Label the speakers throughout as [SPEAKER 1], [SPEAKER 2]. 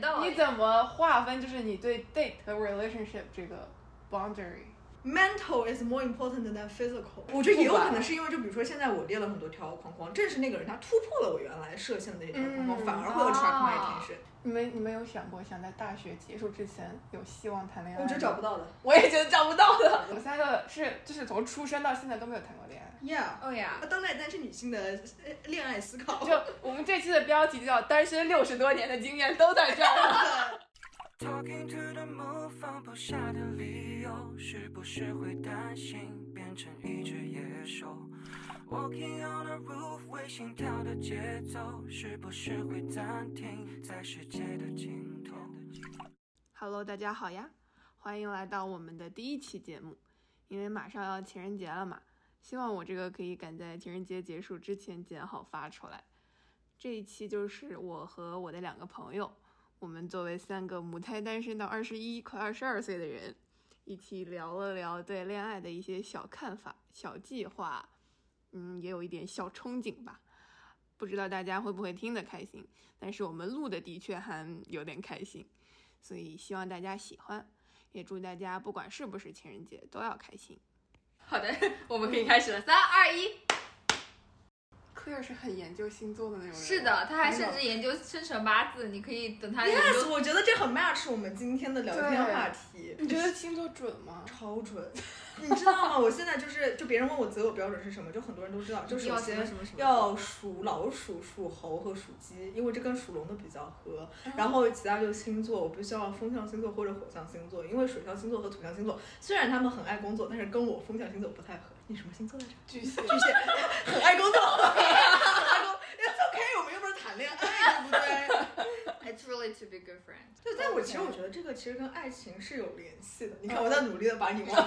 [SPEAKER 1] 到
[SPEAKER 2] 你怎么划分？就是你对 date 和 relationship 这个 boundary？
[SPEAKER 3] mental is more important than physical。我觉得也有可能是因为，就比如说现在我列了很多条框框，正是那个人他突破了我原来设限的那条框框，
[SPEAKER 2] 嗯
[SPEAKER 3] 反而会 attract my
[SPEAKER 1] 啊
[SPEAKER 3] attention。
[SPEAKER 2] 你们你们有想过想在大学结束之前有希望谈恋爱？
[SPEAKER 3] 我觉得找不，到的。
[SPEAKER 1] 我也觉得找不到的。
[SPEAKER 2] 我们三个是就是从出生到现在都没有谈过恋爱。
[SPEAKER 3] Yeah，啊
[SPEAKER 1] 哦呀，
[SPEAKER 3] 当代单身女性的呃恋爱思考。
[SPEAKER 2] 就我们这期的标题叫“单身六十多年的经验都在这儿
[SPEAKER 4] Talking to the moon，放不下的理由，是不是会担心变成一只野兽？Walking on a roof，为心跳的节奏，是不是会暂停在世界的尽头？”
[SPEAKER 2] Hello，大家好呀，欢迎来到我们的第一期节目。因为马上要情人节了嘛，希望我这个可以赶在情人节结束之前剪好发出来。这一期就是我和我的两个朋友，我们作为三个母胎单身到二十一、快二十二岁的人，一起聊了聊对恋爱的一些小看法、小计划，嗯，也有一点小憧憬吧。不知道大家会不会听得开心，但是我们录的的确还有点开心，所以希望大家喜欢，也祝大家不管是不是情人节都要开心。
[SPEAKER 1] 好的，我们可以开始了，三二一。
[SPEAKER 2] 科尔是很研究星座的那种人，
[SPEAKER 1] 是的，他还甚至研究生辰八字，你可以等他研
[SPEAKER 3] Yes，
[SPEAKER 1] 究。
[SPEAKER 3] 我觉得这很 match 我们今天的聊天话题。
[SPEAKER 2] 你觉得星座准吗？
[SPEAKER 3] 超准，你知道吗？我现在就是，就别人问我择偶标准是什么，就很多人都知道，就首
[SPEAKER 1] 要什
[SPEAKER 3] 先
[SPEAKER 1] 么什么什么
[SPEAKER 3] 要属老鼠、属猴和属鸡，因为这跟属龙的比较合。
[SPEAKER 1] 嗯
[SPEAKER 3] 然后其他就星座，我必须要风象星座或者火象星座，因为水象星座和土象星座虽然他们很爱工作，但是跟我风象星座不太合。你什么星座来着？
[SPEAKER 2] 巨蟹，
[SPEAKER 3] 巨蟹， 很爱工作，很爱工作。It's OK，我们又不是谈恋爱，对不对？
[SPEAKER 1] It's really to be good friend。
[SPEAKER 3] 对，但我其实我觉得这个其实跟爱情是有联系的。你看，我在努力的把你 往。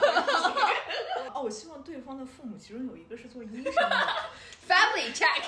[SPEAKER 3] 哦，我希望对方的父母其中有一个是做医生的，
[SPEAKER 1] Family check。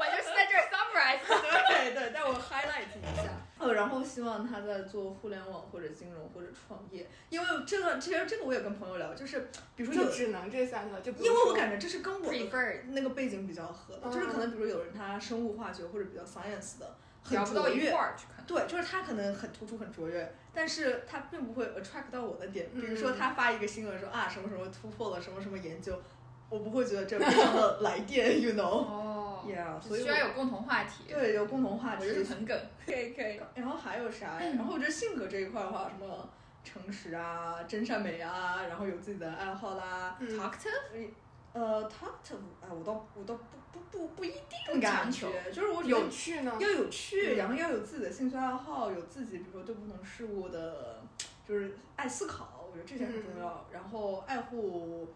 [SPEAKER 1] 我就是在这儿 summarize。
[SPEAKER 3] 对对，但我 highlight 一下。呃，然后希望他在做互联网或者金融或者创业，因为这个其实这个我也跟朋友聊，就是比如说有
[SPEAKER 2] 就，只能这三个，就
[SPEAKER 3] 因为我感
[SPEAKER 2] 觉
[SPEAKER 3] 觉这是跟我的
[SPEAKER 1] Preferred
[SPEAKER 3] 那个背景比较合的，就是可能比如有人他生物化学或者比较 science 的，很
[SPEAKER 1] 聊不到
[SPEAKER 3] 卓
[SPEAKER 1] 一
[SPEAKER 3] 越
[SPEAKER 1] 块，儿去看。
[SPEAKER 3] 对，就是他可能很突出、很卓越，但是他并不会 attract 到我的点。比如说，
[SPEAKER 2] 嗯
[SPEAKER 3] 他发一个新闻说啊什么什么突破了什么什么研究，我不会觉得这非常的来电，you know？
[SPEAKER 1] 哦
[SPEAKER 3] Yeah，所以
[SPEAKER 1] 需要
[SPEAKER 3] 我
[SPEAKER 1] 有共同话题。，
[SPEAKER 3] 对有共同话
[SPEAKER 1] 我
[SPEAKER 3] 题
[SPEAKER 1] 就。是很梗。可以可以。
[SPEAKER 3] 然后还有啥呀？然后我觉得性格这一块的话，什么诚实啊、真善美啊，然后有自己的爱好啦。
[SPEAKER 2] 嗯
[SPEAKER 1] Talk to。
[SPEAKER 3] 呃，talk to 哎，我倒我倒不不不不一
[SPEAKER 1] 不
[SPEAKER 3] 定
[SPEAKER 1] 强
[SPEAKER 3] 感
[SPEAKER 1] 求
[SPEAKER 3] 觉，就是我觉得
[SPEAKER 2] 有趣呢。
[SPEAKER 3] 要有趣，
[SPEAKER 2] 嗯
[SPEAKER 3] 然后要有自己的兴趣爱好，有自己比如说对不同事物的，就是爱思考，我觉得这些很重要。然后爱护，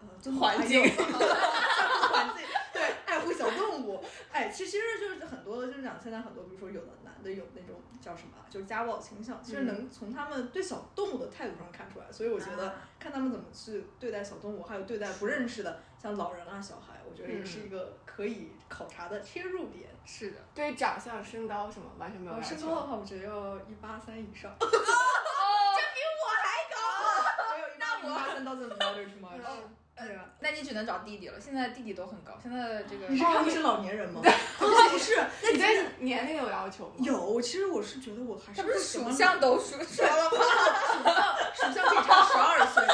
[SPEAKER 3] 呃，尊
[SPEAKER 1] 嗯
[SPEAKER 3] 重
[SPEAKER 1] 环
[SPEAKER 3] 爱
[SPEAKER 1] 境
[SPEAKER 3] 幼爱护环境，对，爱护小动物。哎，其实其实就是很多，就是讲现在很多，比如说有的男的有那种叫什么，啊就是家暴倾向，其实
[SPEAKER 2] 嗯
[SPEAKER 3] 能从他们对小动物的态度上看出来。所以我觉得
[SPEAKER 1] 啊
[SPEAKER 3] 看他们怎么去对待小动物，还有对待不认识的，像老人啊、小孩，我觉得也是一个可以考察的切入点。
[SPEAKER 1] 嗯是的。
[SPEAKER 2] 对于长相、身高什么完全没有
[SPEAKER 3] 我
[SPEAKER 2] 要
[SPEAKER 3] 身
[SPEAKER 2] 求。
[SPEAKER 3] 哦
[SPEAKER 2] 嗯
[SPEAKER 3] 高的话，我觉得要一八三以 上。
[SPEAKER 1] 哦。
[SPEAKER 3] 哦那我三到这么高就是什么？
[SPEAKER 2] 嗯
[SPEAKER 1] 呃
[SPEAKER 3] 对啊。
[SPEAKER 1] 那你只能找弟弟了。现在弟弟都很高，现在这个
[SPEAKER 3] 你是看不是老年人吗？ 哦，不是，
[SPEAKER 2] 你对年龄有要求吗？
[SPEAKER 3] 有。其实我是觉得我还是
[SPEAKER 1] 他不是
[SPEAKER 3] 喜
[SPEAKER 1] 属
[SPEAKER 3] 欢
[SPEAKER 1] 相都属说了吗？
[SPEAKER 3] 属相可以差十二岁，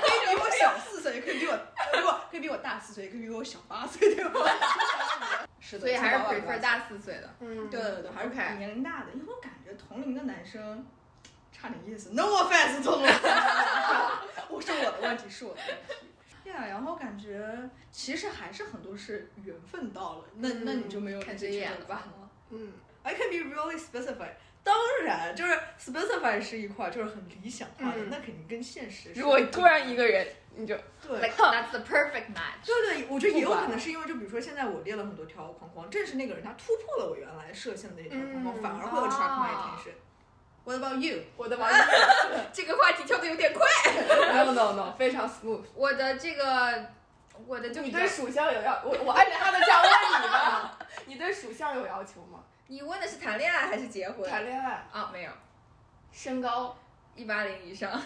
[SPEAKER 3] 可以比我小四岁，可以比我呃不可以比我大四岁，可以比我小八 岁，对吧？是的，
[SPEAKER 1] 所以还是
[SPEAKER 3] 从小到
[SPEAKER 1] prefer
[SPEAKER 3] 大。
[SPEAKER 1] 大四岁的。
[SPEAKER 2] 嗯，
[SPEAKER 3] 对对对，还是
[SPEAKER 1] OK
[SPEAKER 3] 年龄大的，因为我感觉同龄的男生差点意思。No offense，同龄的男生， 我是我的问题，是我的问题。对啊，然后感觉其实还是很多是缘分到了，那、那你就没有
[SPEAKER 1] 看
[SPEAKER 3] 一
[SPEAKER 1] 对
[SPEAKER 3] 直
[SPEAKER 1] 眼
[SPEAKER 3] 觉得
[SPEAKER 1] 了吧
[SPEAKER 3] 烦吗
[SPEAKER 2] 嗯，
[SPEAKER 3] ？I can be really specific。当然，就是 specify 是一块儿，就是很理想化的，
[SPEAKER 2] 嗯
[SPEAKER 3] 那肯定跟现实是。
[SPEAKER 2] 如果突然一个人，你就
[SPEAKER 3] 对
[SPEAKER 1] Like that's the perfect match。
[SPEAKER 3] 对对，我觉得也有
[SPEAKER 2] 不管
[SPEAKER 3] 可能是因为，就比如说现在我列了很多条框框，正是那个人他突破了我原来设限的那条框框，
[SPEAKER 2] 嗯
[SPEAKER 3] 反而会 attract my
[SPEAKER 1] 啊
[SPEAKER 3] attention。What about you？
[SPEAKER 2] 我的网友
[SPEAKER 1] 这个话题跳的有点快。
[SPEAKER 2] no no no 非常 smooth。
[SPEAKER 1] 我的这个，我的就
[SPEAKER 2] 你
[SPEAKER 1] 比较
[SPEAKER 2] 对属相有要，我我按照他的这样问你的，你对属相有要求吗？
[SPEAKER 1] 你问的是谈恋爱还是结婚？
[SPEAKER 2] 谈恋爱、
[SPEAKER 1] 啊，没有，
[SPEAKER 2] 身高、
[SPEAKER 1] 一八零以上，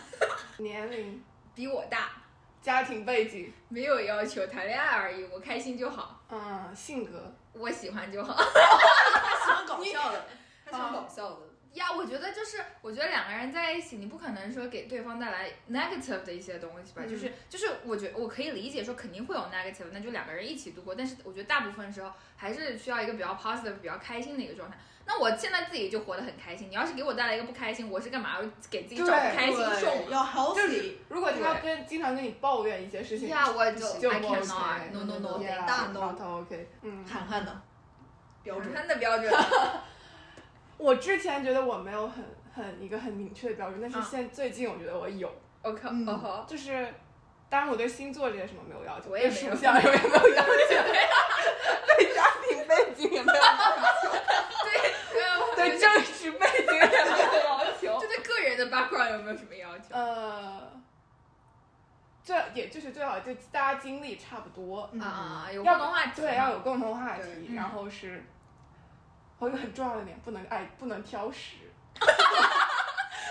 [SPEAKER 2] 年龄、
[SPEAKER 1] 比我大，
[SPEAKER 2] 家庭背景，
[SPEAKER 1] 没有要求，谈恋爱而已，我开心就好，
[SPEAKER 2] 嗯，性格。
[SPEAKER 1] 我喜欢就好。
[SPEAKER 3] 喜欢搞
[SPEAKER 2] 你
[SPEAKER 3] 笑的，他想搞笑 的，
[SPEAKER 1] 呀，我觉得就是，我觉得两个人在一起，你不可能说给对方带来 negative 的一些东西吧，
[SPEAKER 3] 嗯
[SPEAKER 1] 就是就是，我觉我可以理解说肯定会有 negative，那就两个人一起度过，但是我觉得大部分时候还是需要一个比较 positive、比较开心的一个状态。那我现在自己就活得很开心，你要是给我带来一个不开心，我是干嘛？我给自己找不
[SPEAKER 2] 对
[SPEAKER 1] 开心受
[SPEAKER 3] 要 healthy，
[SPEAKER 2] 如果他跟经常跟你抱怨一些事情，
[SPEAKER 1] 呀，我
[SPEAKER 2] 就
[SPEAKER 1] 就
[SPEAKER 2] 不
[SPEAKER 1] I cannot
[SPEAKER 2] OK 嗯
[SPEAKER 1] no no no，
[SPEAKER 3] 对
[SPEAKER 2] Yeah，
[SPEAKER 3] 大 no
[SPEAKER 2] 好的 OK，嗯，
[SPEAKER 3] 涵涵的 标准。
[SPEAKER 1] 他的标准
[SPEAKER 2] 我之前觉得我没有很很一个很明确的标准，但是
[SPEAKER 1] 啊
[SPEAKER 2] 现最近我觉得我有，
[SPEAKER 1] ，OK
[SPEAKER 3] 嗯
[SPEAKER 1] 哦吼，
[SPEAKER 2] 就是，当然我对星座这些什么没有要求，
[SPEAKER 1] 我也
[SPEAKER 2] 对
[SPEAKER 1] 没有
[SPEAKER 2] 属相也没有要求，对家庭背景也没有要求，对
[SPEAKER 1] 对，啊
[SPEAKER 2] 政治背景也没有要求
[SPEAKER 1] 就，对个人的 background 有没有什么要求？
[SPEAKER 2] 呃，这也就是最好就大家经历差不多，
[SPEAKER 3] 嗯
[SPEAKER 1] 啊啊，啊有
[SPEAKER 2] 要
[SPEAKER 1] 共同话题嘛，
[SPEAKER 2] 对，要有共同话题，
[SPEAKER 1] 对
[SPEAKER 2] 然后是，还有一个很重要的点，不能爱，不能挑食，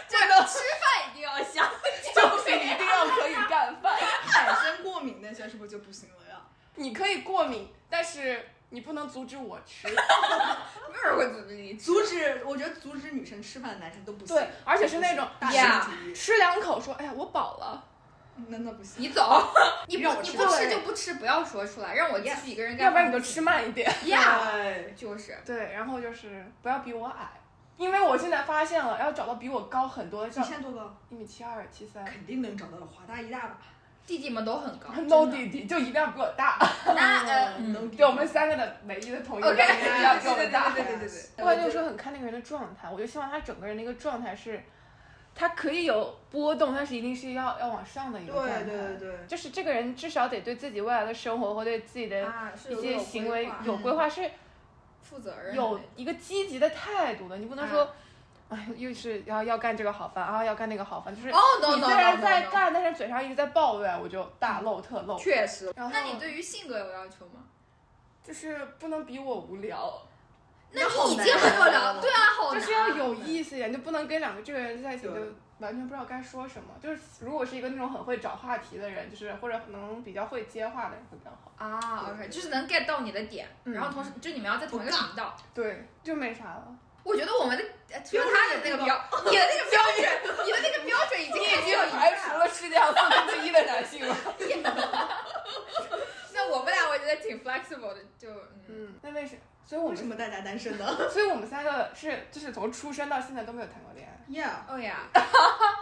[SPEAKER 1] 这个吃饭一定要香，
[SPEAKER 2] 就是一定要可以干饭。
[SPEAKER 3] 产生过敏那些是不是就不行了呀？
[SPEAKER 2] 你可以过敏，但是你不能阻止我 吃。
[SPEAKER 1] 没有人会阻止你。
[SPEAKER 3] 阻止，我觉得阻止女生吃饭的男生都不行。
[SPEAKER 2] 对而且是那种
[SPEAKER 3] 大
[SPEAKER 1] 呀
[SPEAKER 3] 声提议，
[SPEAKER 2] 吃两口说，哎呀，我饱了，
[SPEAKER 3] 那那不行。
[SPEAKER 1] 你 走，你
[SPEAKER 3] 让
[SPEAKER 1] 不
[SPEAKER 3] 我
[SPEAKER 1] 你
[SPEAKER 3] 吃
[SPEAKER 1] 不
[SPEAKER 2] 饭
[SPEAKER 1] 吃就不吃，不要说出来，让我继续一个人干。
[SPEAKER 2] 要不然你就吃。啊慢一点。
[SPEAKER 1] 呀，
[SPEAKER 3] 对
[SPEAKER 1] 就是
[SPEAKER 2] 对，然后就是不要比我矮，因为我现在发现了，要找到比我高很多的，
[SPEAKER 3] 你
[SPEAKER 2] 像
[SPEAKER 3] 现在多高？
[SPEAKER 2] 一米七二、七三。
[SPEAKER 3] 肯定能找到华大一大把。
[SPEAKER 1] 弟弟们都很 高。真的
[SPEAKER 2] no 弟弟就一定要比我大，
[SPEAKER 1] 那呃，
[SPEAKER 3] 嗯
[SPEAKER 1] 嗯
[SPEAKER 3] 能
[SPEAKER 2] 对我们三个的唯一的统一标
[SPEAKER 1] OK，
[SPEAKER 2] 准就是要比我
[SPEAKER 1] 对对
[SPEAKER 2] 们大。
[SPEAKER 1] 对对对
[SPEAKER 2] 我感觉有时候很看那个人的状态，我就希望他整个人的一个状态是，他可以有波动，但是一定是要要往上的一个状态。
[SPEAKER 3] 对对对，
[SPEAKER 2] 就是这个人至少得对自己未来的生活或对自己
[SPEAKER 1] 对
[SPEAKER 2] 的
[SPEAKER 1] 啊，是
[SPEAKER 2] 一
[SPEAKER 1] 有
[SPEAKER 2] 些
[SPEAKER 1] 有
[SPEAKER 2] 行
[SPEAKER 1] 规
[SPEAKER 2] 为
[SPEAKER 1] 划嗯
[SPEAKER 2] 有规划，是
[SPEAKER 1] 负责任的，
[SPEAKER 2] 有一个积极的态度的。你不能
[SPEAKER 1] 嗯
[SPEAKER 2] 说，哎，又是然后要干这个好饭，然后要干那个好饭，就是
[SPEAKER 1] 哦，no
[SPEAKER 2] 你
[SPEAKER 1] no
[SPEAKER 2] 虽然
[SPEAKER 1] no
[SPEAKER 2] 在
[SPEAKER 1] no，
[SPEAKER 2] 干，但是嘴上一直在抱怨，我就大漏特漏。
[SPEAKER 1] 确实。
[SPEAKER 2] 然后
[SPEAKER 1] 嗯那你对于性格有要求吗？
[SPEAKER 2] 就是不能比我无聊，
[SPEAKER 1] 那
[SPEAKER 3] 那好
[SPEAKER 1] 你已
[SPEAKER 3] 难
[SPEAKER 1] 经很
[SPEAKER 3] 啊
[SPEAKER 1] 有聊，对啊，好
[SPEAKER 2] 就
[SPEAKER 1] 难
[SPEAKER 2] 是要有意思一点，就不能跟两个这个人在一起就
[SPEAKER 3] 对
[SPEAKER 2] 完全不知道该说什么。就是如果是一个那种很会找话题的人，就是或者能比较会接话的人会比较好。
[SPEAKER 1] 啊，OK，就是能 get 到你的点，
[SPEAKER 2] 嗯
[SPEAKER 1] 然后同时就你们要在同一个频道。
[SPEAKER 2] 对，就没啥了。
[SPEAKER 1] 我觉得我们的呃除了他的那个标，你的那个标准，你的那个标准已经已经有一半了。
[SPEAKER 2] 了世界上四分之一的男性了。
[SPEAKER 1] 那我们俩我觉得挺 flexible 的，就嗯，
[SPEAKER 2] 嗯，那为什所以我
[SPEAKER 3] 为什
[SPEAKER 2] 们
[SPEAKER 3] 么大家单身 呢
[SPEAKER 2] 所以我们三个是就是从出生到现在都没有谈过恋爱，
[SPEAKER 3] ？Yeah，
[SPEAKER 1] 哦呀，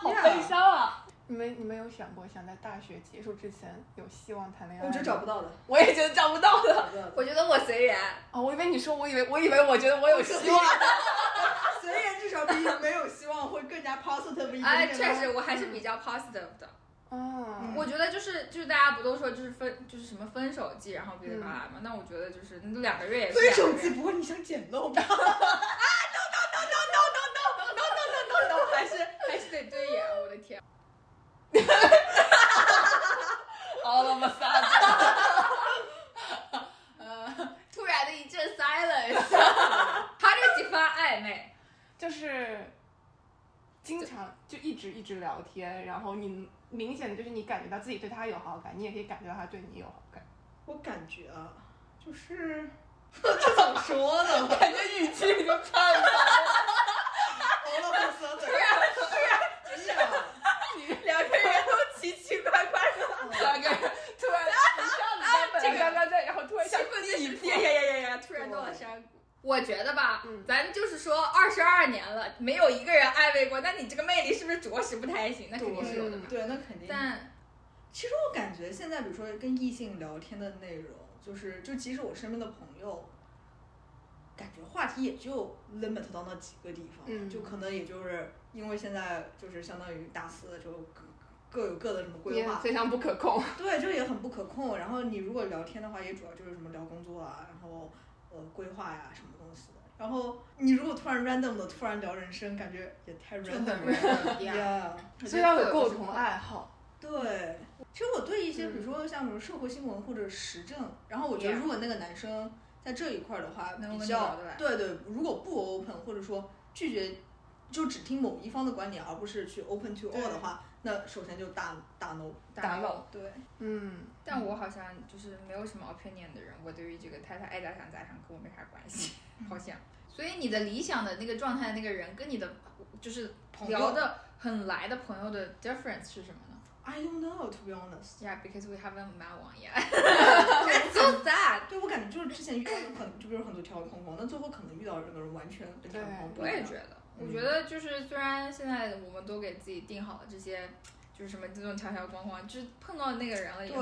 [SPEAKER 3] 好
[SPEAKER 2] 伤啊！你们你们有想过想在大学结束之前有希望谈恋爱？
[SPEAKER 3] 我觉得找不，到的，
[SPEAKER 2] 我也觉得找不到的。
[SPEAKER 3] 找不到的，
[SPEAKER 1] 我觉得我随缘，
[SPEAKER 2] 哦，我以为你说，我以为我以为我觉得我有希 望。
[SPEAKER 3] 虽然至少比没有希望会更加 positive 一点点。
[SPEAKER 1] 哎，确实，我还是比较 positive 的。
[SPEAKER 2] 啊
[SPEAKER 1] 我觉得就是就是大家不都说就是分就是什么分手季，然后哔
[SPEAKER 2] 嗯
[SPEAKER 1] 哩吧啦嘛。那我觉得就是那两个月也是
[SPEAKER 3] 分
[SPEAKER 1] 两
[SPEAKER 3] 手
[SPEAKER 1] 个
[SPEAKER 3] 季，
[SPEAKER 1] 月。
[SPEAKER 3] 不过你想捡漏 吧？啊，no no no no no no no no no no no，还是
[SPEAKER 1] 还是得对眼，我的 天！
[SPEAKER 2] 好了，我们仨。
[SPEAKER 1] 呃突然的一阵 silence，他这几番暧昧，
[SPEAKER 2] 就是经常就一直一直聊天，然后你明显的就是你感觉到自己对他有好感，你也可以感觉到他对你有好感。
[SPEAKER 3] 我感觉啊，就是 这怎么说呢？
[SPEAKER 2] 感觉语气你就看了，
[SPEAKER 3] 俄罗斯 的，对呀，是呀，
[SPEAKER 1] 两个人都奇奇怪怪 的，啊
[SPEAKER 2] 两个人突然一下子在本来刚刚在，然后突然一
[SPEAKER 1] 气
[SPEAKER 2] 下
[SPEAKER 1] 氛的一呀呀呀呀，突然到了山谷。我觉得吧，
[SPEAKER 2] 嗯
[SPEAKER 1] 咱就是说二十二年了，没有一个人暧昧过，那你这个魅力是不是着实不太行？那肯定是有的嘛。
[SPEAKER 3] 对，那肯定。
[SPEAKER 1] 但
[SPEAKER 3] 其实我感觉现在，比如说跟异性聊天的内容，就是就即使我身边的朋友，感觉话题也就 limit 到那几个地方，
[SPEAKER 2] 嗯
[SPEAKER 3] 就可能也就是因为现在就是相当于大四就各各有各的什么规
[SPEAKER 2] 也
[SPEAKER 3] 划，
[SPEAKER 2] 非常不可控。
[SPEAKER 3] 对，就也很不可控。然后你如果聊天的话，也主要就是什么聊工作啊，然后呃规划呀、什么东西的。然后你如果突然 random 的突然聊人生，感觉也太 random 了。
[SPEAKER 1] random，
[SPEAKER 3] 呀，
[SPEAKER 2] 所以要有共同爱好。
[SPEAKER 3] 对，其实我对一些，比如
[SPEAKER 2] 嗯
[SPEAKER 3] 说像什么社会新闻或者时政，然后我觉得
[SPEAKER 1] Yeah
[SPEAKER 3] 如果那个男生在这一块儿的话，
[SPEAKER 1] 能
[SPEAKER 3] 比
[SPEAKER 1] 跟你
[SPEAKER 3] 较
[SPEAKER 1] 聊得来
[SPEAKER 3] 对对，如果不 open 或者说拒绝，就只听某一方的观点，而不是去 open to all
[SPEAKER 2] 对
[SPEAKER 3] 的话，那首先就大大 no。
[SPEAKER 2] 打扰。
[SPEAKER 3] 对，
[SPEAKER 2] 嗯，
[SPEAKER 1] 但我好像嗯就是没有什么 opinion 的人，我对于这个他他爱咋想咋想跟我没啥关系，好像所以你的理想的那个状态的那个人，跟你的就是
[SPEAKER 3] 朋
[SPEAKER 1] 聊
[SPEAKER 3] 友
[SPEAKER 1] 的很来的朋友的 difference 是什么呢
[SPEAKER 3] ，I don't know to be honest。
[SPEAKER 1] ？Yeah, because we haven't met one yet. That's so sad.
[SPEAKER 3] 对，我感觉就是之前遇到的很，就比如很多条条框框，但最后可能遇到的这个人完全跟条框框不
[SPEAKER 1] 我
[SPEAKER 3] 一
[SPEAKER 1] 也
[SPEAKER 3] 样
[SPEAKER 1] 觉。得，
[SPEAKER 3] 嗯
[SPEAKER 1] 我觉得就是虽然现在我们都给自己定好了这些，就是什么这种条条框框，就是碰到那个人了以后，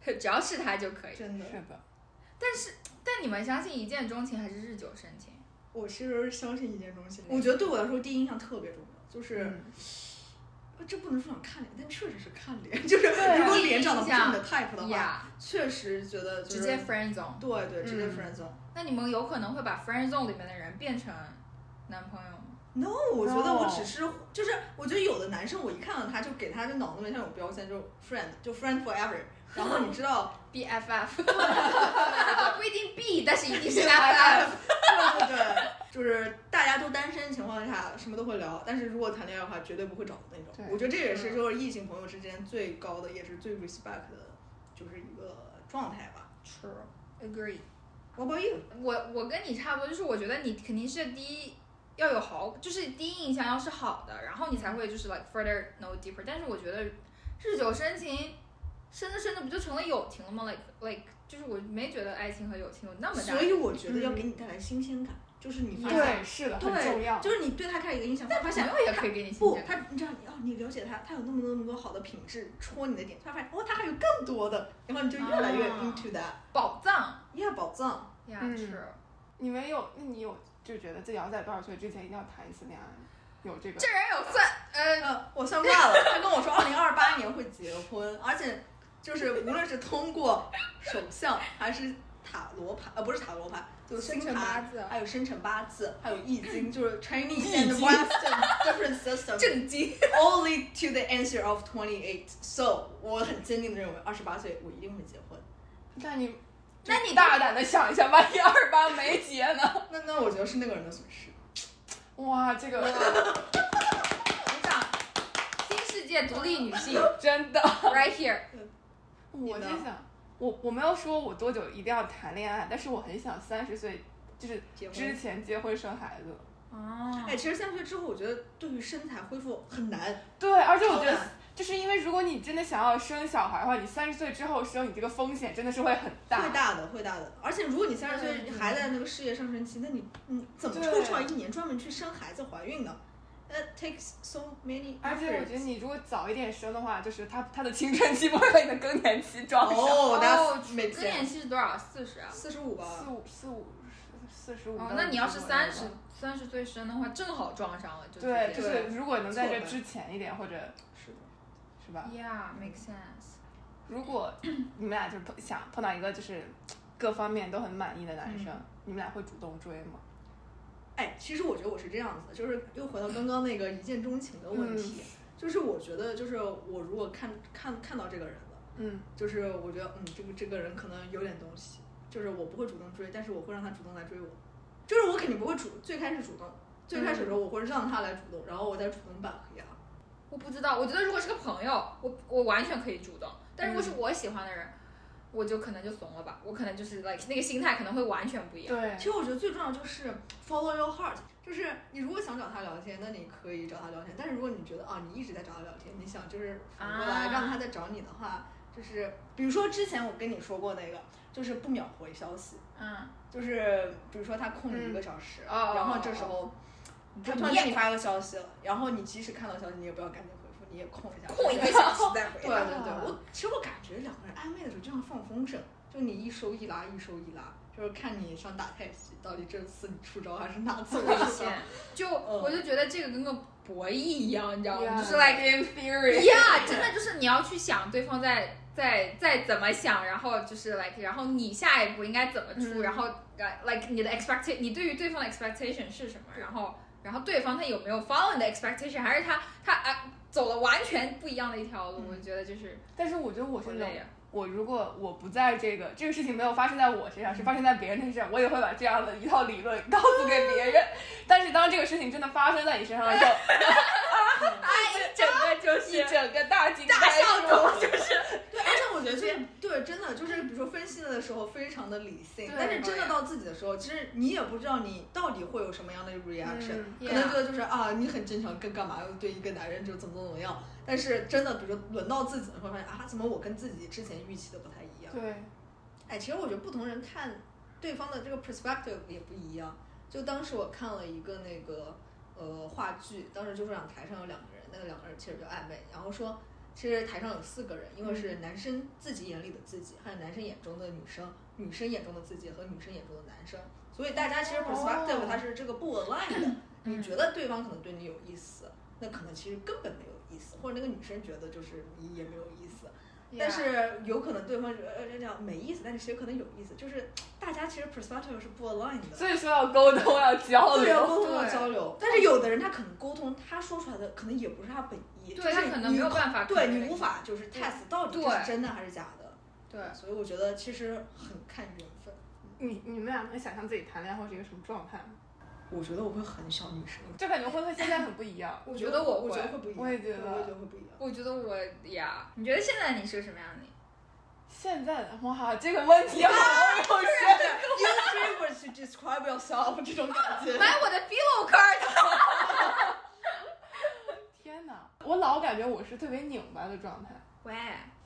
[SPEAKER 3] 对，
[SPEAKER 1] 只要是他就可以。
[SPEAKER 3] 真的，
[SPEAKER 2] 的，
[SPEAKER 1] 但是，但你们相信一见钟情还是日久生情？
[SPEAKER 3] 我是相信一见钟情。我觉得对我来说，第一印象特别重要，就是。
[SPEAKER 2] 嗯
[SPEAKER 3] 呃这不能说想看脸，但确实是看脸， 就是
[SPEAKER 2] 对
[SPEAKER 1] 啊
[SPEAKER 3] 如果脸长得不是你
[SPEAKER 1] 印
[SPEAKER 3] 的 type 的话，
[SPEAKER 1] 呀，
[SPEAKER 3] 确实觉得就
[SPEAKER 1] 直
[SPEAKER 3] 是
[SPEAKER 1] 接 friend zone。
[SPEAKER 3] 对对，直接
[SPEAKER 1] 嗯
[SPEAKER 3] friend zone。
[SPEAKER 1] 那你们有可能会把 friend zone 里面的人变成男朋友吗？
[SPEAKER 3] No，我觉得我
[SPEAKER 2] No
[SPEAKER 1] 哦
[SPEAKER 3] 只是就是，我觉得有的男生我一看到他就给他的脑子里面像有标签，就是 friend，就 friend forever。然 后你知道，
[SPEAKER 1] BFF，不一定 B，但是一定是 FF
[SPEAKER 3] BFF。对对对，就是大家都单身的情况下什么都会聊，但是如果谈恋爱的话，绝对不会找的那种
[SPEAKER 2] 对。
[SPEAKER 3] 我觉得这也是
[SPEAKER 1] 嗯
[SPEAKER 3] 就是异性朋友之间最高的，也是最 respect 的，就是一个状态吧。
[SPEAKER 1] True，agree。
[SPEAKER 3] What about you？
[SPEAKER 1] 我我跟你差不多，就是我觉得你肯定是第一要有好，就是第一印象要是好的，然后你才会就是 like further no deeper。但是我觉得日久生情，深着深着不就成了友情了吗？like like 就是我没觉得爱情和友情有那么大
[SPEAKER 3] 所。以我觉得要给你带来新鲜感，就是你发现，
[SPEAKER 2] 对，是的，很
[SPEAKER 3] 对
[SPEAKER 2] 重要。
[SPEAKER 3] 就是你对他开始一个印象，
[SPEAKER 1] 但
[SPEAKER 3] 发现
[SPEAKER 1] 朋友也可以给你新
[SPEAKER 3] 不
[SPEAKER 1] 鲜，感。
[SPEAKER 3] 他你知道你哦，你了解他，他有那么多那么多好的品质戳你的点，他发现哦，他还有更多的，然后你就越来越
[SPEAKER 1] 啊
[SPEAKER 3] into that，
[SPEAKER 1] 宝藏
[SPEAKER 3] 耶、宝藏。
[SPEAKER 1] 呀
[SPEAKER 2] 嗯
[SPEAKER 1] 是。
[SPEAKER 2] 你们有，那你有就觉得自己要在多少岁之前一定要谈一次恋爱？有这个
[SPEAKER 1] 这？人有算，呃，
[SPEAKER 3] 呃，我算卦了，他跟我说二零二八年会结婚，而且就是无论是通过手相还是塔罗牌，呃，不是塔罗牌，就是星
[SPEAKER 1] 辰八字
[SPEAKER 3] 还有生辰八字，还有易经，就是 Chinese
[SPEAKER 2] 易
[SPEAKER 3] and
[SPEAKER 2] 经
[SPEAKER 3] Western different system。
[SPEAKER 1] 震惊。
[SPEAKER 3] only to the answer of twenty eight. So 我很坚定的认为，二十八岁我一定会结婚。
[SPEAKER 2] 那你
[SPEAKER 1] 那你
[SPEAKER 2] 大胆的想一下，万一二八没结呢？
[SPEAKER 3] 那那我觉得是那个人的损失。
[SPEAKER 2] 哇，这个
[SPEAKER 1] 鼓掌！新世界独立女 性
[SPEAKER 2] 真的，
[SPEAKER 1] ，right here。
[SPEAKER 2] 我
[SPEAKER 3] 呢
[SPEAKER 2] 在想，我我没有说我多久一定要谈恋爱，但是我很想三十岁就是
[SPEAKER 3] 结婚
[SPEAKER 2] 之前结婚生孩子。
[SPEAKER 1] 哦
[SPEAKER 3] 哎，其实三十岁之后，我觉得对于身材恢复很难。
[SPEAKER 2] 对，而且我觉
[SPEAKER 3] 超
[SPEAKER 2] 得
[SPEAKER 3] 难
[SPEAKER 2] 就是因为如果你真的想要生小孩的话，你三十岁之后生，你这个风险真的是会很
[SPEAKER 3] 会
[SPEAKER 2] 大。
[SPEAKER 3] 大的，会大的。而且如果你三十岁
[SPEAKER 1] 对
[SPEAKER 3] 还在那个事业上升期，那你你怎么
[SPEAKER 2] 对
[SPEAKER 3] 抽出来一年专门去生孩子、怀孕呢？That takes so many
[SPEAKER 2] 而且我觉得
[SPEAKER 3] efforts.
[SPEAKER 2] 你如果早一点生的话，就是他他的青春期不会和你的更年期撞上。
[SPEAKER 1] 哦，
[SPEAKER 3] 哦 that's makes
[SPEAKER 1] 更年
[SPEAKER 3] sense.
[SPEAKER 1] 期是多少？四十啊。
[SPEAKER 3] 四十五
[SPEAKER 2] 四
[SPEAKER 3] 吧，
[SPEAKER 2] 五四五四十五
[SPEAKER 1] 哦
[SPEAKER 2] 到，
[SPEAKER 1] 那你要
[SPEAKER 2] 55
[SPEAKER 1] 是
[SPEAKER 2] 左右吧
[SPEAKER 1] 三十三十岁生的话，正好撞上了，就
[SPEAKER 2] 嗯对，
[SPEAKER 1] 直
[SPEAKER 2] 就
[SPEAKER 1] 接
[SPEAKER 2] 是如果能在
[SPEAKER 3] 错
[SPEAKER 2] 这
[SPEAKER 3] 的
[SPEAKER 2] 之前一点，或者
[SPEAKER 3] 是的，
[SPEAKER 2] 是吧？
[SPEAKER 1] Yeah, makes sense。
[SPEAKER 2] 如果你们俩就是碰想碰到一个就是各方面都很满意的男生，你们俩会主动追吗？
[SPEAKER 3] 哎，其实我觉得我是这样子的，就是又回到刚刚那个一见钟情的问题，就是我觉得，就是我如果看看看到这个人了，
[SPEAKER 2] 嗯，
[SPEAKER 3] 就是我觉得，嗯，这个这个人可能有点东西，就是我不会主动追，但是我会让他主动来追我，就是我肯定不会主最开始主动，最开始的时候我会让他来主动，然后我再主动挽回啊。
[SPEAKER 1] 我不知道，我觉得如果是个朋友，我我完全可以主动，但如果是
[SPEAKER 2] 嗯
[SPEAKER 1] 我喜欢的人，我就可能就怂了吧，我可能就是 like 那个心态可能会完全不一样。
[SPEAKER 2] 嗯对
[SPEAKER 3] 其，实我觉得最重要就是 follow your heart，就是你如果想找他聊天，那你可以找他聊天。但是如果你觉得啊，你一直在找他聊天，你想就是反过来
[SPEAKER 1] 啊
[SPEAKER 3] 让他再找你的话，就是比如说之前我跟你说过那个，就是不秒回消息，
[SPEAKER 1] 嗯，
[SPEAKER 3] 就是比如说他空你一个小时，
[SPEAKER 1] 哦
[SPEAKER 3] 然后这时候他突然给你发个消息了，然后你即使看到消息，你也不要赶紧回复，你也空一下，
[SPEAKER 1] 空一个小时再回啊
[SPEAKER 3] 对对
[SPEAKER 1] 答。
[SPEAKER 3] 对，我其实我感觉两个人暧昧的时候就像放风筝，就你一收一拉，一收一拉，就是看你想打太极，到底这次你出招还是哪次
[SPEAKER 1] 危
[SPEAKER 3] 危
[SPEAKER 1] 险
[SPEAKER 3] 险？，
[SPEAKER 1] 就
[SPEAKER 3] 嗯
[SPEAKER 1] 我就觉得这个跟个博弈一样，你知道吗？
[SPEAKER 2] Yeah
[SPEAKER 1] 就是 like
[SPEAKER 2] in theory，
[SPEAKER 1] 呀，真的就是你要去想对方在在在怎么想，然后就是 like，然后你下一步应该怎么出，
[SPEAKER 2] 嗯
[SPEAKER 1] 然后呃 like 你的 expectation，你对于对方的 expectation 是什么，然后然后对方他有没有 follow 你的 expectation，还是他他啊走了完全不一样的一条路，
[SPEAKER 3] 嗯
[SPEAKER 1] 我觉得就是
[SPEAKER 2] 但是我觉得我啊
[SPEAKER 1] 我
[SPEAKER 2] 是那
[SPEAKER 1] 累啊
[SPEAKER 2] 种，
[SPEAKER 1] 呀，
[SPEAKER 2] 我如果我不在这个这个事情没有发生在我身上，是发生在别人身上，我也会把这样的一套理论告诉给别 人。但是当这个事情真的发生在你身上的时 候，
[SPEAKER 1] 哎，整个就
[SPEAKER 2] 你
[SPEAKER 1] 是
[SPEAKER 2] 整个大惊
[SPEAKER 1] 大
[SPEAKER 2] 呆
[SPEAKER 1] 笑
[SPEAKER 2] 住。
[SPEAKER 1] 头，就是
[SPEAKER 3] 对，而且我我觉得这对真的就是，比如说分析的时候非常的理性
[SPEAKER 1] 对，
[SPEAKER 3] 但是真的到自己的时候，其实你也不知道你到底会有什么样的 reaction，、
[SPEAKER 1] 嗯
[SPEAKER 3] 可能
[SPEAKER 1] yeah
[SPEAKER 3] 觉得就是啊，你很正常，跟干嘛对一个男人就怎么怎么样，但是真的，比如说轮到自己的时候，发现啊，怎么我跟自己之前预期的不太一样？
[SPEAKER 2] 对，
[SPEAKER 3] 哎，其实我觉得不同人看对方的这个 perspective 也不一样。就当时我看了一个那个呃话剧，当时就是讲台上有两个人，那个两个人其实比较暧昧，然后说其实台上有四个人，因为是男生自己眼里的自己，还有男生眼中的女生，女生眼中的自己和女生眼中的男生，所以大家其实 perspective 它是这个不 align 的。你觉得对方可能对你有意思，那可能其实根本没有意思，或者那个女生觉得就是你也没有意思。但是有可能对方觉得呃这样没意思，但是其实可能有意思，就是大家其实 perspective 是不 align 的，
[SPEAKER 2] 所以说要沟通，要交
[SPEAKER 3] 对要
[SPEAKER 2] 流。
[SPEAKER 3] 沟通要
[SPEAKER 1] 对哦
[SPEAKER 3] 交流。但是有的人他可能沟通，他说出来的可能也不是他本意，
[SPEAKER 1] 对
[SPEAKER 3] 就是
[SPEAKER 1] 他可能
[SPEAKER 3] 你
[SPEAKER 1] 没有办法
[SPEAKER 3] 对
[SPEAKER 1] connect
[SPEAKER 3] 你无法就是 test 到底这
[SPEAKER 1] 对
[SPEAKER 3] 是真的还是假的。
[SPEAKER 1] 对，
[SPEAKER 3] 所以我觉得其实很看缘分。
[SPEAKER 2] 你你们俩能想象自己谈恋爱会是一个什么状态吗？
[SPEAKER 3] 我觉得我会很小女生，
[SPEAKER 2] 就感觉会和现在很不一样。
[SPEAKER 3] 我
[SPEAKER 1] 觉得我
[SPEAKER 3] 我觉
[SPEAKER 1] 会
[SPEAKER 3] 得会不一样，
[SPEAKER 2] 我也觉得
[SPEAKER 3] 对我也觉得会不一样。
[SPEAKER 1] 我觉得我呀，你觉得现在你是个什么样的你？
[SPEAKER 2] 现在的哇，这个问题好啊有深。
[SPEAKER 3] You three words to describe yourself 这种感 觉。
[SPEAKER 1] 买我的 Billo card。
[SPEAKER 2] 天哪，我老感觉我是特别拧巴的状态，
[SPEAKER 1] 喂，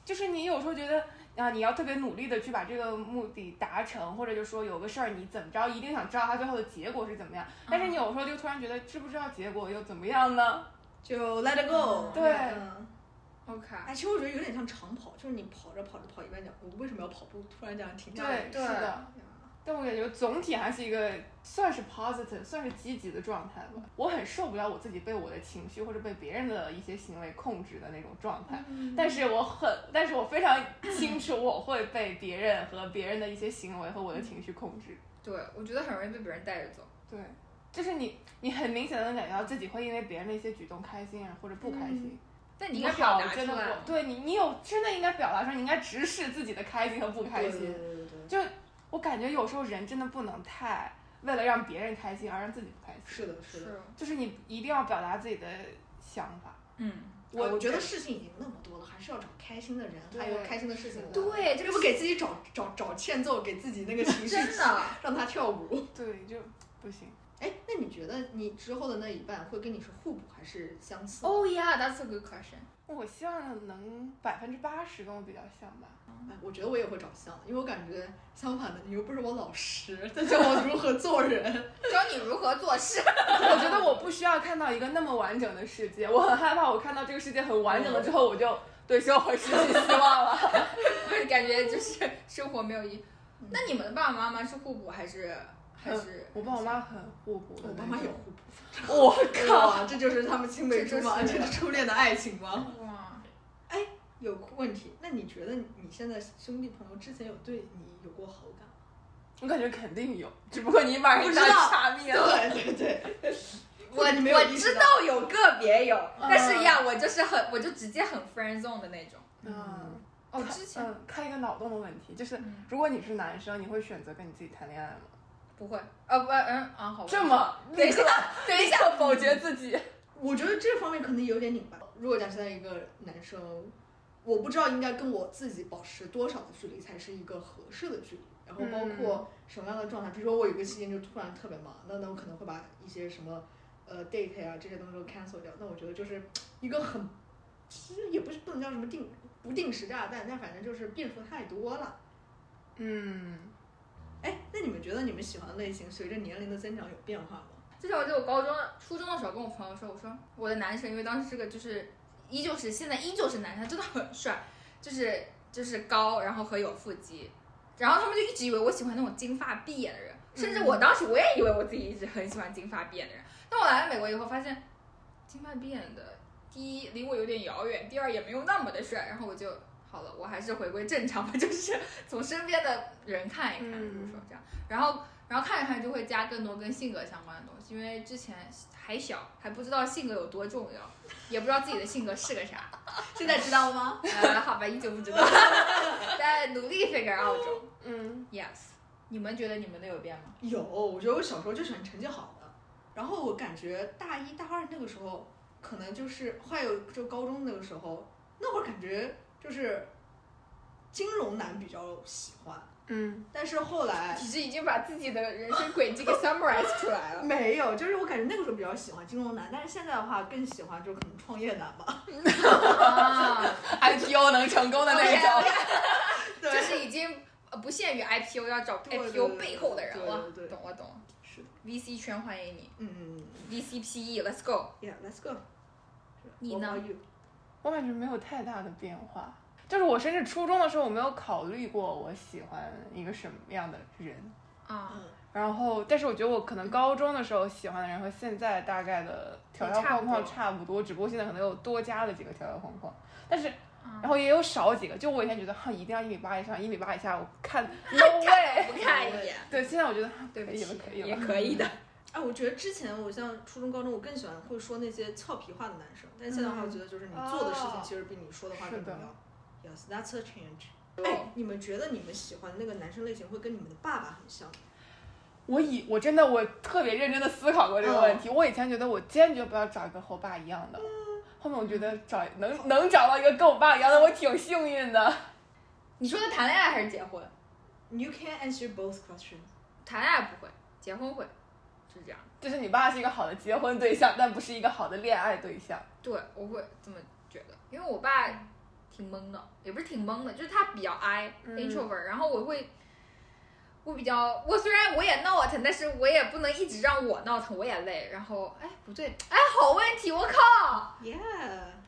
[SPEAKER 2] 就是你有时候觉得啊，你要特别努力的去把这个目的达成，或者就说有个事儿你怎么着，一定想知道它最后的结果是怎么样。但是你有时候就突然觉得知不知道结果又怎么样呢？
[SPEAKER 3] 就 let it go。
[SPEAKER 2] 对
[SPEAKER 3] 嗯
[SPEAKER 1] OK，
[SPEAKER 3] 哎，其实我觉得有点像长跑，就是你跑着跑着跑一半，讲我为什么要跑步？突然这样停下来。
[SPEAKER 2] 对，是的。但我感觉总体还是一个算是 positive，算是积极的状态吧。我很受不了我自己被我的情绪或者被别人的一些行为控制的那种状态，
[SPEAKER 1] 嗯
[SPEAKER 2] 但是我很，但是我非常清楚我会被别人和别人的一些行为和我的情绪控制。
[SPEAKER 1] 对，我觉得很容易被别人带着走。
[SPEAKER 2] 对，就是你，你很明显的能感觉到自己会因为别人的一些举动开心啊或者不开心。
[SPEAKER 1] 嗯但你
[SPEAKER 2] 你
[SPEAKER 1] 应该表
[SPEAKER 2] 好
[SPEAKER 1] 达
[SPEAKER 2] 真
[SPEAKER 1] 出
[SPEAKER 2] 的
[SPEAKER 1] 来
[SPEAKER 2] 不，。对你，你有真的应该表达出来，你应该直视自己的开心和不开
[SPEAKER 3] 对
[SPEAKER 2] 心。
[SPEAKER 3] 对对对对，
[SPEAKER 2] 我感觉有时候人真的不能太为了让别人开心而让自己不开心，
[SPEAKER 3] 是的，是的。
[SPEAKER 1] 是，
[SPEAKER 2] 就是你一定要表达自己的想法。
[SPEAKER 1] 嗯，
[SPEAKER 3] 我
[SPEAKER 2] 我
[SPEAKER 3] 觉得事情已经那么多了，还是要找开心的人，还有
[SPEAKER 2] 对
[SPEAKER 3] 开心的事情
[SPEAKER 2] 是。的
[SPEAKER 1] 对，这
[SPEAKER 3] 要不
[SPEAKER 1] 个
[SPEAKER 3] 给自己找找找欠揍，给自己那个情绪，
[SPEAKER 1] 真的。
[SPEAKER 3] 让他跳舞。
[SPEAKER 2] 对就不行。
[SPEAKER 3] 哎，那你觉得你之后的那一半会跟你是互补还是相似？
[SPEAKER 1] Oh yeah, that's a good question。
[SPEAKER 2] 我希望能百分之八十跟我比较像吧。
[SPEAKER 3] 哎，我觉得我也会找相的，因为我感觉相反的，你又不是我老师，在教我如何做人。
[SPEAKER 1] 教你如何做事。
[SPEAKER 2] 我觉得我不需要看到一个那么完整的世界，我很害怕我看到这个世界很完整了之后，我就对生活失去希望了。
[SPEAKER 1] 对，感觉就是生活没有意义。那你们的爸爸妈妈是互补还是还是？
[SPEAKER 2] 呃我爸我妈很互补的
[SPEAKER 3] 我
[SPEAKER 2] 那种，
[SPEAKER 3] 爸妈也互补。
[SPEAKER 2] 我靠，
[SPEAKER 3] 哇，这就是他们青梅竹马，
[SPEAKER 1] 这
[SPEAKER 3] 这
[SPEAKER 1] 就是
[SPEAKER 3] 是初恋的爱情吗？
[SPEAKER 1] 哇，
[SPEAKER 3] 有问题，那你觉得你现在兄弟朋友之前有对你有过好感？
[SPEAKER 2] 我感觉肯定有，只不过你把
[SPEAKER 3] 不
[SPEAKER 2] 人
[SPEAKER 3] 知
[SPEAKER 2] 家
[SPEAKER 3] 道
[SPEAKER 2] 掐灭 了。
[SPEAKER 3] 对对对，
[SPEAKER 1] 我
[SPEAKER 3] 你没有
[SPEAKER 1] 我
[SPEAKER 3] 意
[SPEAKER 1] 知
[SPEAKER 3] 识到
[SPEAKER 1] 道有个别有，但是
[SPEAKER 2] 嗯
[SPEAKER 1] 呀，我就是很，我就直接很 friend zone 的那种。
[SPEAKER 2] 嗯，
[SPEAKER 1] 哦，
[SPEAKER 2] 看
[SPEAKER 1] 之前
[SPEAKER 2] 嗯，看一个脑洞的问题，就是
[SPEAKER 1] 嗯
[SPEAKER 2] 如果你是男生，你会选择跟你自己谈恋爱吗？
[SPEAKER 1] 不会，呃不，嗯啊好。
[SPEAKER 2] 这么
[SPEAKER 1] 等一下，
[SPEAKER 2] 等一下否决自己，
[SPEAKER 3] 我觉得这方面可能有点拧巴。如果讲现在一个男生，我不知道应该跟我自己保持多少的距离才是一个合适的距离，然后包括什么样的状态。比如说我有一个期间就突然特别忙，那那我可能会把一些什么呃 date 啊这些东西都 cancel 掉。那我觉得就是一个很，其实也不是不能叫什么定不定时炸弹，但反正就是变数太多了。
[SPEAKER 2] 嗯，
[SPEAKER 3] 哎，那你们觉得你们喜欢的类型随着年龄的增长有变化吗？
[SPEAKER 1] 这是我记得我高中、初中的时候跟我朋友说，我说我的男神，因为当时是个就是依旧是现在依旧是男神，真的很帅，就是就是高，然后和有腹肌，然后他们就一直以为我喜欢那种金发碧眼的人，甚至我当时我也以为我自己一直很喜欢金发碧眼的人，但我来了美国以后发现，金发碧眼的第一离我有点遥远，第二也没有那么的帅，然后我就好了，我还是回归正常吧，就是从身边的人看一看，
[SPEAKER 2] 嗯
[SPEAKER 1] 比如说这样，然后然后看一看就会加更多跟性格相关的东西，因为之前还小，还不知道性格有多重要，也不知道自己的性格是个啥，
[SPEAKER 3] 现在知道 了吗？
[SPEAKER 1] 呃，好吧，依旧不知道，在努力 figure out 中
[SPEAKER 2] 嗯，
[SPEAKER 1] ，yes，你们觉得你们的有变吗？
[SPEAKER 3] 有，我觉得我小时候就喜欢成绩好的，然后我感觉大一大二那个时候，可能就是后来有就高中那个时候，那会儿感觉就是金融男比较喜欢，
[SPEAKER 2] 嗯，
[SPEAKER 3] 但是后来
[SPEAKER 1] 其实已经把自己的人生轨迹给 summarize 出来了。
[SPEAKER 3] 没有，就是我感觉那个时候比较喜欢金融男，但是现在的话更喜欢就可能创业男吧。
[SPEAKER 1] 啊，
[SPEAKER 2] IPO 能成功的那一种。
[SPEAKER 3] 对
[SPEAKER 1] 就，是已经呃不限于 IPO，要找
[SPEAKER 3] 对对
[SPEAKER 1] IPO
[SPEAKER 3] 对
[SPEAKER 1] 背后的人了。
[SPEAKER 3] 对对对
[SPEAKER 1] 懂了懂了
[SPEAKER 3] 是的，
[SPEAKER 1] ，VC 圈欢迎你
[SPEAKER 3] 嗯
[SPEAKER 1] ，VC PE，Let's go。
[SPEAKER 3] ，Yeah，let's go。
[SPEAKER 1] 你呢
[SPEAKER 3] What about you？
[SPEAKER 2] 我感觉没有太大的变化，就是我甚至初中的时候我没有考虑过我喜欢一个什么样的人，
[SPEAKER 1] 啊，
[SPEAKER 3] 嗯，
[SPEAKER 2] 然后但是我觉得我可能高中的时候喜欢的人和现在大概的条条框框
[SPEAKER 1] 也
[SPEAKER 2] 差不多，只不过现在可能又多加了几个条条框框，但是
[SPEAKER 1] 嗯
[SPEAKER 2] 然后也有少几个，就我以前觉得哈一定要一米八以上，一米八以下我看 no way，
[SPEAKER 1] 不看一眼，
[SPEAKER 2] 对，现在我觉得哈
[SPEAKER 1] 对不
[SPEAKER 2] 可以了
[SPEAKER 1] 起，
[SPEAKER 2] 可以了
[SPEAKER 1] 也可以的。
[SPEAKER 3] 哎，我觉得之前我像初中、高中，我更喜欢会说那些俏皮话的男生，但现在的话，
[SPEAKER 2] 嗯
[SPEAKER 3] 我觉得就是你做的事情
[SPEAKER 2] 哦
[SPEAKER 3] 其实比你说的话
[SPEAKER 2] 是
[SPEAKER 3] 更重
[SPEAKER 2] 的
[SPEAKER 3] 要。Yes, that's a change。哎，你们觉得你们喜欢的那个男生类型会跟你们的爸爸很像吗？
[SPEAKER 2] 我以我真的我特别认真的思考过这个问题，我以前觉得我坚决不要找一个和我爸一样的，后面我觉得找能能找到一个跟我爸一样的，我挺幸运的。
[SPEAKER 1] 你说的谈恋爱还是结婚？
[SPEAKER 3] You can answer both questions。
[SPEAKER 1] 谈恋爱不会，结婚会，是这样。
[SPEAKER 2] 就是你爸是一个好的结婚对象，但不是一个好的恋爱对象。
[SPEAKER 1] 对，我会这么觉得，因为我爸挺懵的，也不是挺懵的，就是他比较 I
[SPEAKER 2] 嗯
[SPEAKER 1] introvert，、然后我会，我比较，我虽然我也闹腾，但是我也不能一直让我闹腾，我也累。然后，哎，不对，哎，好问题，我靠
[SPEAKER 3] Yeah，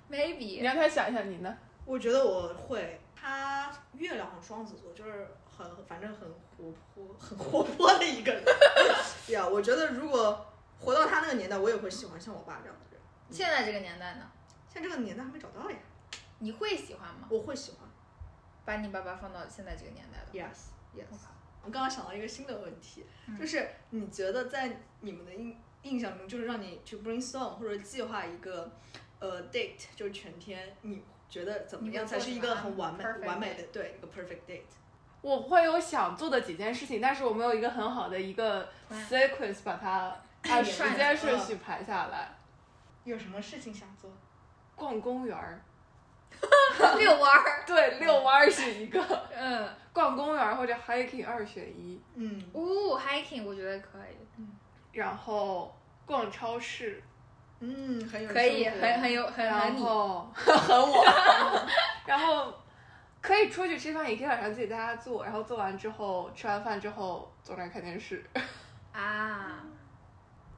[SPEAKER 2] 你
[SPEAKER 1] ，maybe
[SPEAKER 2] 让他想一想你呢？
[SPEAKER 3] 我觉得我会。他月亮很双子座，就是很反正很活泼、很活泼的一个人。呀，我觉得如果活到他那个年代，我也会喜欢像我爸这样的人。
[SPEAKER 1] 现在这个年代呢，
[SPEAKER 3] 像这个年代还没找到呀，
[SPEAKER 1] 你会喜欢吗？
[SPEAKER 3] 我会喜欢。
[SPEAKER 1] 把你爸爸放到现在这个年代的
[SPEAKER 3] Yes, yes.
[SPEAKER 1] 我靠
[SPEAKER 3] 我刚刚想到一个新的问题，
[SPEAKER 1] 嗯
[SPEAKER 3] 就是你觉得在你们的印印象中，就是让你去 brainstorm 或者计划一个呃 date，就是全天，你觉得怎么
[SPEAKER 1] 你会
[SPEAKER 3] 样才
[SPEAKER 1] 做
[SPEAKER 3] 是一
[SPEAKER 1] 什么
[SPEAKER 3] 个很完美
[SPEAKER 1] perfect
[SPEAKER 3] 完美的对一个 perfect date？
[SPEAKER 2] 我会有想做的几件事情，但是我没有一个很好的一个
[SPEAKER 1] Plan
[SPEAKER 2] sequence 把它按时
[SPEAKER 1] 顺序
[SPEAKER 2] 间顺序排下来。
[SPEAKER 3] 有什么事情想做？
[SPEAKER 2] 逛公园儿，
[SPEAKER 1] 遛弯儿，
[SPEAKER 2] 对，遛弯儿是一个，
[SPEAKER 1] 嗯，
[SPEAKER 2] 逛公园儿或者 hiking 二选一，
[SPEAKER 3] 嗯，
[SPEAKER 1] 哦，hiking 我觉得可以，
[SPEAKER 2] 然后逛超市，
[SPEAKER 3] 嗯，很有
[SPEAKER 1] 可以，
[SPEAKER 3] 生活
[SPEAKER 1] 很很有很很
[SPEAKER 2] 然
[SPEAKER 1] 你，
[SPEAKER 2] 后和我， 然后可以出去吃饭，也可以晚上自己在家做，然后做完之后吃完饭之后坐那儿看电视。
[SPEAKER 1] 啊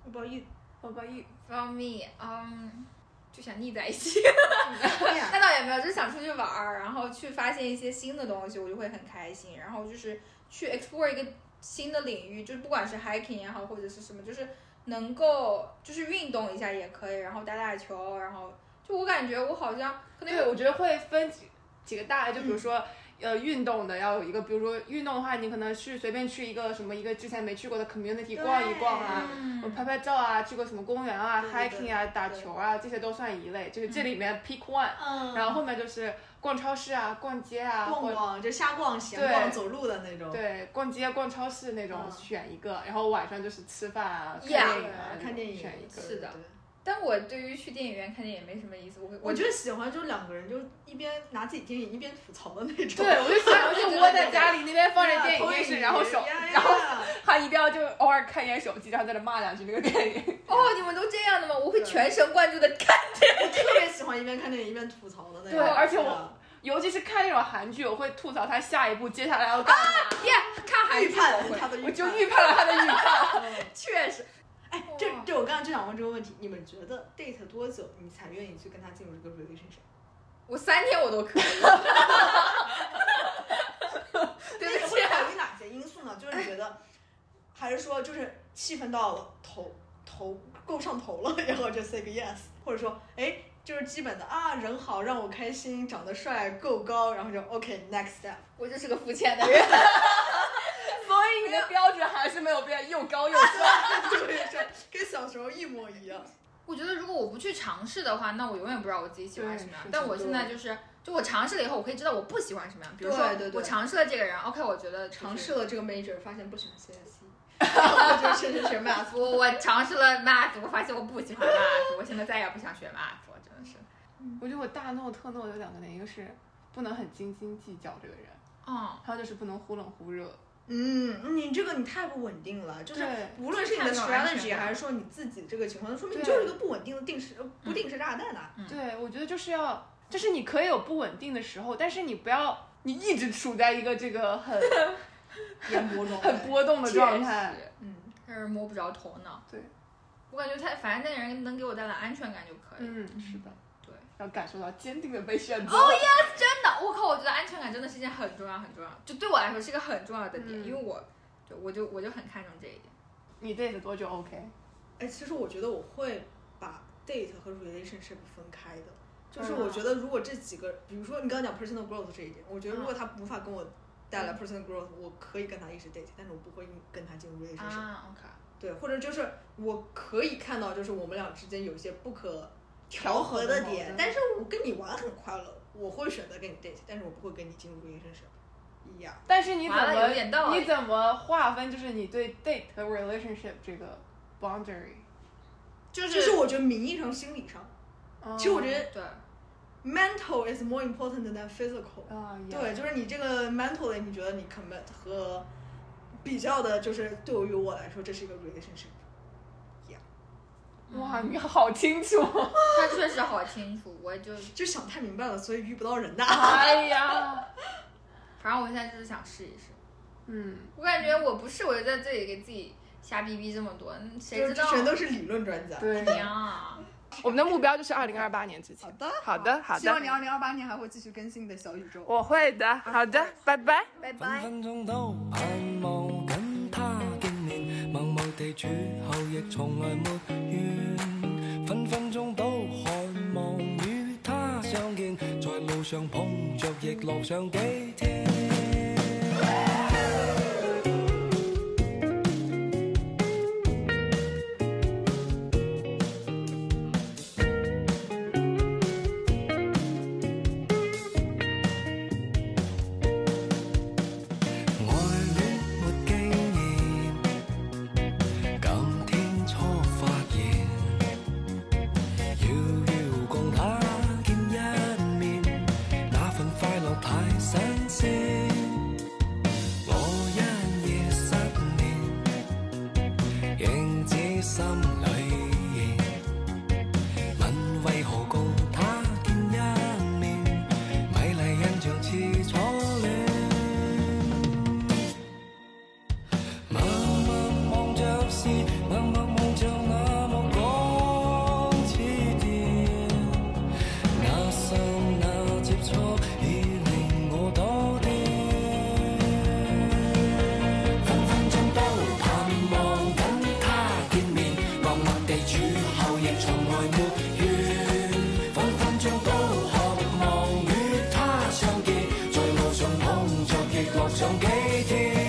[SPEAKER 3] 我不好意思，
[SPEAKER 2] 我把 一
[SPEAKER 1] ，for me，嗯，就想腻在一起。
[SPEAKER 3] 对呀
[SPEAKER 1] 那倒也没有，就是想出去玩儿，然后去发现一些新的东西，我就会很开心。然后就是去 explore 一个新的领域，就是不管是 hiking 也好，或者是什么，就是能够就是运动一下也可以，然后打打球，然后就我感觉我好像可能
[SPEAKER 2] 对，我觉得会分几几个大类，就比如说。呃，运动的要有一个，比如说运动的话，你可能去随便去一个什么一个之前没去过的 community
[SPEAKER 3] 对
[SPEAKER 2] 逛一逛啊，我
[SPEAKER 1] 嗯
[SPEAKER 2] 拍拍照啊，去过什么公园啊
[SPEAKER 3] 对对对
[SPEAKER 2] ，hiking 啊，打
[SPEAKER 3] 对
[SPEAKER 2] 球啊，这些都算一类，就是这里面 pick one，、
[SPEAKER 3] 嗯，
[SPEAKER 2] 然后后面就是逛超市啊，逛街啊，或
[SPEAKER 3] 逛逛就瞎逛、闲
[SPEAKER 2] 对
[SPEAKER 3] 逛、走路的那种，
[SPEAKER 2] 对，逛街、逛超市那种
[SPEAKER 3] 嗯
[SPEAKER 2] 选一个，然后晚上就是吃饭啊、看
[SPEAKER 1] Yeah，
[SPEAKER 2] 电影啊，
[SPEAKER 3] 看电影
[SPEAKER 2] 选一个。
[SPEAKER 1] 是的
[SPEAKER 3] 对
[SPEAKER 1] 但我对于去电影院看电影没什么意思，我
[SPEAKER 3] 我
[SPEAKER 1] 我
[SPEAKER 3] 觉得喜欢就是两个人就一边拿自己电影一边吐槽的那种。
[SPEAKER 2] 对，我就喜欢就窝在家里那边放着电影
[SPEAKER 3] 投影
[SPEAKER 2] 电视，
[SPEAKER 3] 仪
[SPEAKER 2] 然后手，
[SPEAKER 3] 呀呀
[SPEAKER 2] 然后
[SPEAKER 3] 呀
[SPEAKER 2] 还一定要就偶尔看一眼手机，然后在那骂两句那个电影。
[SPEAKER 1] 哦，你们都这样的吗？我会
[SPEAKER 3] 对
[SPEAKER 1] 全神贯注的看，
[SPEAKER 3] 我特别喜欢一边看电影一边吐槽的那种。
[SPEAKER 2] 对而且我
[SPEAKER 3] 是吧
[SPEAKER 2] 尤其是看那种韩剧，我会吐槽他下一步接下来要干嘛，
[SPEAKER 1] 耶、看韩
[SPEAKER 3] 预
[SPEAKER 1] 剧
[SPEAKER 3] 判
[SPEAKER 1] 我会，
[SPEAKER 3] 他的预判，
[SPEAKER 2] 我就预判啊了他的 预判。
[SPEAKER 3] 嗯
[SPEAKER 1] 确实
[SPEAKER 3] 哎，这这我刚刚就想问这个问题，你们觉得 date 多久你才愿意去跟他进入这个 relationship？
[SPEAKER 1] 我三天我都可以。 对不
[SPEAKER 3] 那你
[SPEAKER 1] 起
[SPEAKER 3] 会，考虑哪些因素呢？就是你觉得，还是说就是气氛到了头头够上头了，然后就 say 个 yes，或者说哎就是基本的啊人好让我开心，长得帅够高，然后就 OK next step。
[SPEAKER 1] 我就是个肤浅的人。
[SPEAKER 2] 所以你的标准还是没有变，又高又帅。
[SPEAKER 3] 就是跟小时候一模一样。
[SPEAKER 1] 我觉得如果我不去尝试的话，那我永远不知道我自己喜欢
[SPEAKER 2] 对
[SPEAKER 1] 什么样
[SPEAKER 2] 是。
[SPEAKER 1] 但
[SPEAKER 2] 的
[SPEAKER 1] 我现在就是，就我尝试了以后，我可以知道我不喜欢什么样。比如说，
[SPEAKER 3] 对对对
[SPEAKER 1] 我尝试了这个人，OK，我觉得就是
[SPEAKER 3] 尝试。了这个 major，发现不喜欢 CSE，然后就去去学 math。
[SPEAKER 1] 我我尝试了 math，我发现我不喜欢 math，我现在再也不想学 math，我真的是。
[SPEAKER 2] 我觉得我大怒特怒有两个点，一个是不能很斤斤计较这个人，
[SPEAKER 1] 嗯，
[SPEAKER 2] 还有就是不能忽冷忽热。
[SPEAKER 3] 嗯，你这个你太不稳定了，就是
[SPEAKER 2] 对
[SPEAKER 3] 无论是你的
[SPEAKER 1] 太没有安全
[SPEAKER 3] strategy
[SPEAKER 1] 感
[SPEAKER 3] 还是说你自己这个情况，那说明你
[SPEAKER 2] 对
[SPEAKER 3] 就是一个不稳定的定时呃不
[SPEAKER 1] 嗯
[SPEAKER 3] 定时炸弹啊。
[SPEAKER 2] 对，我觉得就是要，就是你可以有不稳定的时候，但是你不要你一直处在一个这个很
[SPEAKER 3] 烟波 中
[SPEAKER 2] 很波动的状态
[SPEAKER 1] 确。实
[SPEAKER 3] 嗯，
[SPEAKER 1] 让人摸不着头脑。
[SPEAKER 2] 对，
[SPEAKER 1] 我感觉他反正那个人能给我带来安全感就可以。
[SPEAKER 2] 嗯，是的，
[SPEAKER 1] 对，
[SPEAKER 2] 要感受到坚定的被选择。
[SPEAKER 1] 真的，我靠，我觉得安全感真的是一件很重要、很重要，就对我来说是一个很重要的点，
[SPEAKER 2] 嗯
[SPEAKER 1] 因为我，对我就我就很看重这一点。
[SPEAKER 2] 你 date 多久 OK？
[SPEAKER 3] 哎，其实我觉得我会把 date 和 relationship 分开的，就是
[SPEAKER 2] 嗯
[SPEAKER 3] 我觉得如果这几个，比如说你刚刚讲 personal growth 这一点，我觉得如果
[SPEAKER 1] 嗯
[SPEAKER 3] 他无法跟我带来 personal growth，我可以跟他一直 date，但是我不会跟他进入 relationship。
[SPEAKER 1] 啊，OK，
[SPEAKER 3] 对，或者就是我可以看到，就是我们俩之间有一些不可
[SPEAKER 2] 调
[SPEAKER 3] 调
[SPEAKER 2] 和
[SPEAKER 3] 和
[SPEAKER 2] 的
[SPEAKER 3] 的
[SPEAKER 2] 矛
[SPEAKER 3] 点
[SPEAKER 2] 盾，
[SPEAKER 3] 但是我跟你玩很快乐，我会选择跟你 date，但是我不会跟你进入 relationship。一样，
[SPEAKER 2] 但是你怎
[SPEAKER 1] 完了有点哎道
[SPEAKER 2] 么
[SPEAKER 1] 理
[SPEAKER 2] 你怎么划分？就是你对 date 和 relationship 这个 boundary？
[SPEAKER 1] 就
[SPEAKER 3] 就是我觉得名义上、心理上，
[SPEAKER 2] 嗯
[SPEAKER 3] 其实我觉得
[SPEAKER 1] 对，
[SPEAKER 3] mental is more important than physical。
[SPEAKER 2] 啊，也
[SPEAKER 3] 对，就是你这个 mental 的，你觉得你 commit 和比较的，就是对于我来说，这是一个 relationship。
[SPEAKER 2] 哇，你好清楚。啊
[SPEAKER 1] 他确实好清楚，我就
[SPEAKER 3] 就想太明白了，所以遇不到人的。
[SPEAKER 2] 哎呀，
[SPEAKER 1] 反正我现在就是想试一试。
[SPEAKER 2] 嗯，
[SPEAKER 1] 我感觉我不是，我就在这里给自己瞎逼逼这么多，嗯谁
[SPEAKER 3] 就
[SPEAKER 1] 知
[SPEAKER 3] 是
[SPEAKER 1] 道
[SPEAKER 3] 全都是理论专家。
[SPEAKER 2] 对。
[SPEAKER 1] 娘啊？
[SPEAKER 5] 我们的目标就是二零二八年之前
[SPEAKER 3] 好。的，
[SPEAKER 5] 好的，好
[SPEAKER 3] 希望你
[SPEAKER 5] 的，
[SPEAKER 3] 二零二八年还会继续更新你的小宇宙。
[SPEAKER 5] 我会的。好的，拜拜。
[SPEAKER 3] 拜
[SPEAKER 4] 分。分鐘都盼望跟他見面，默默地處後亦從來沒怨。分分鐘都渴望與他相見，在路上碰着亦樂上幾天。愛戀沒經驗，今天初發現，遙遙共他見一面，那份快樂太新鮮。我一夜失眠，影子心裏現。問為何共他見一面，美麗印象似初戀。默默望着是，默默望着那目光似電，那剎那接觸已令我倒跌。分分鐘都盼望跟他見面，默默地處後亦從來沒怨。分分鐘都渴望與他相見，在路上碰着亦樂上幾天。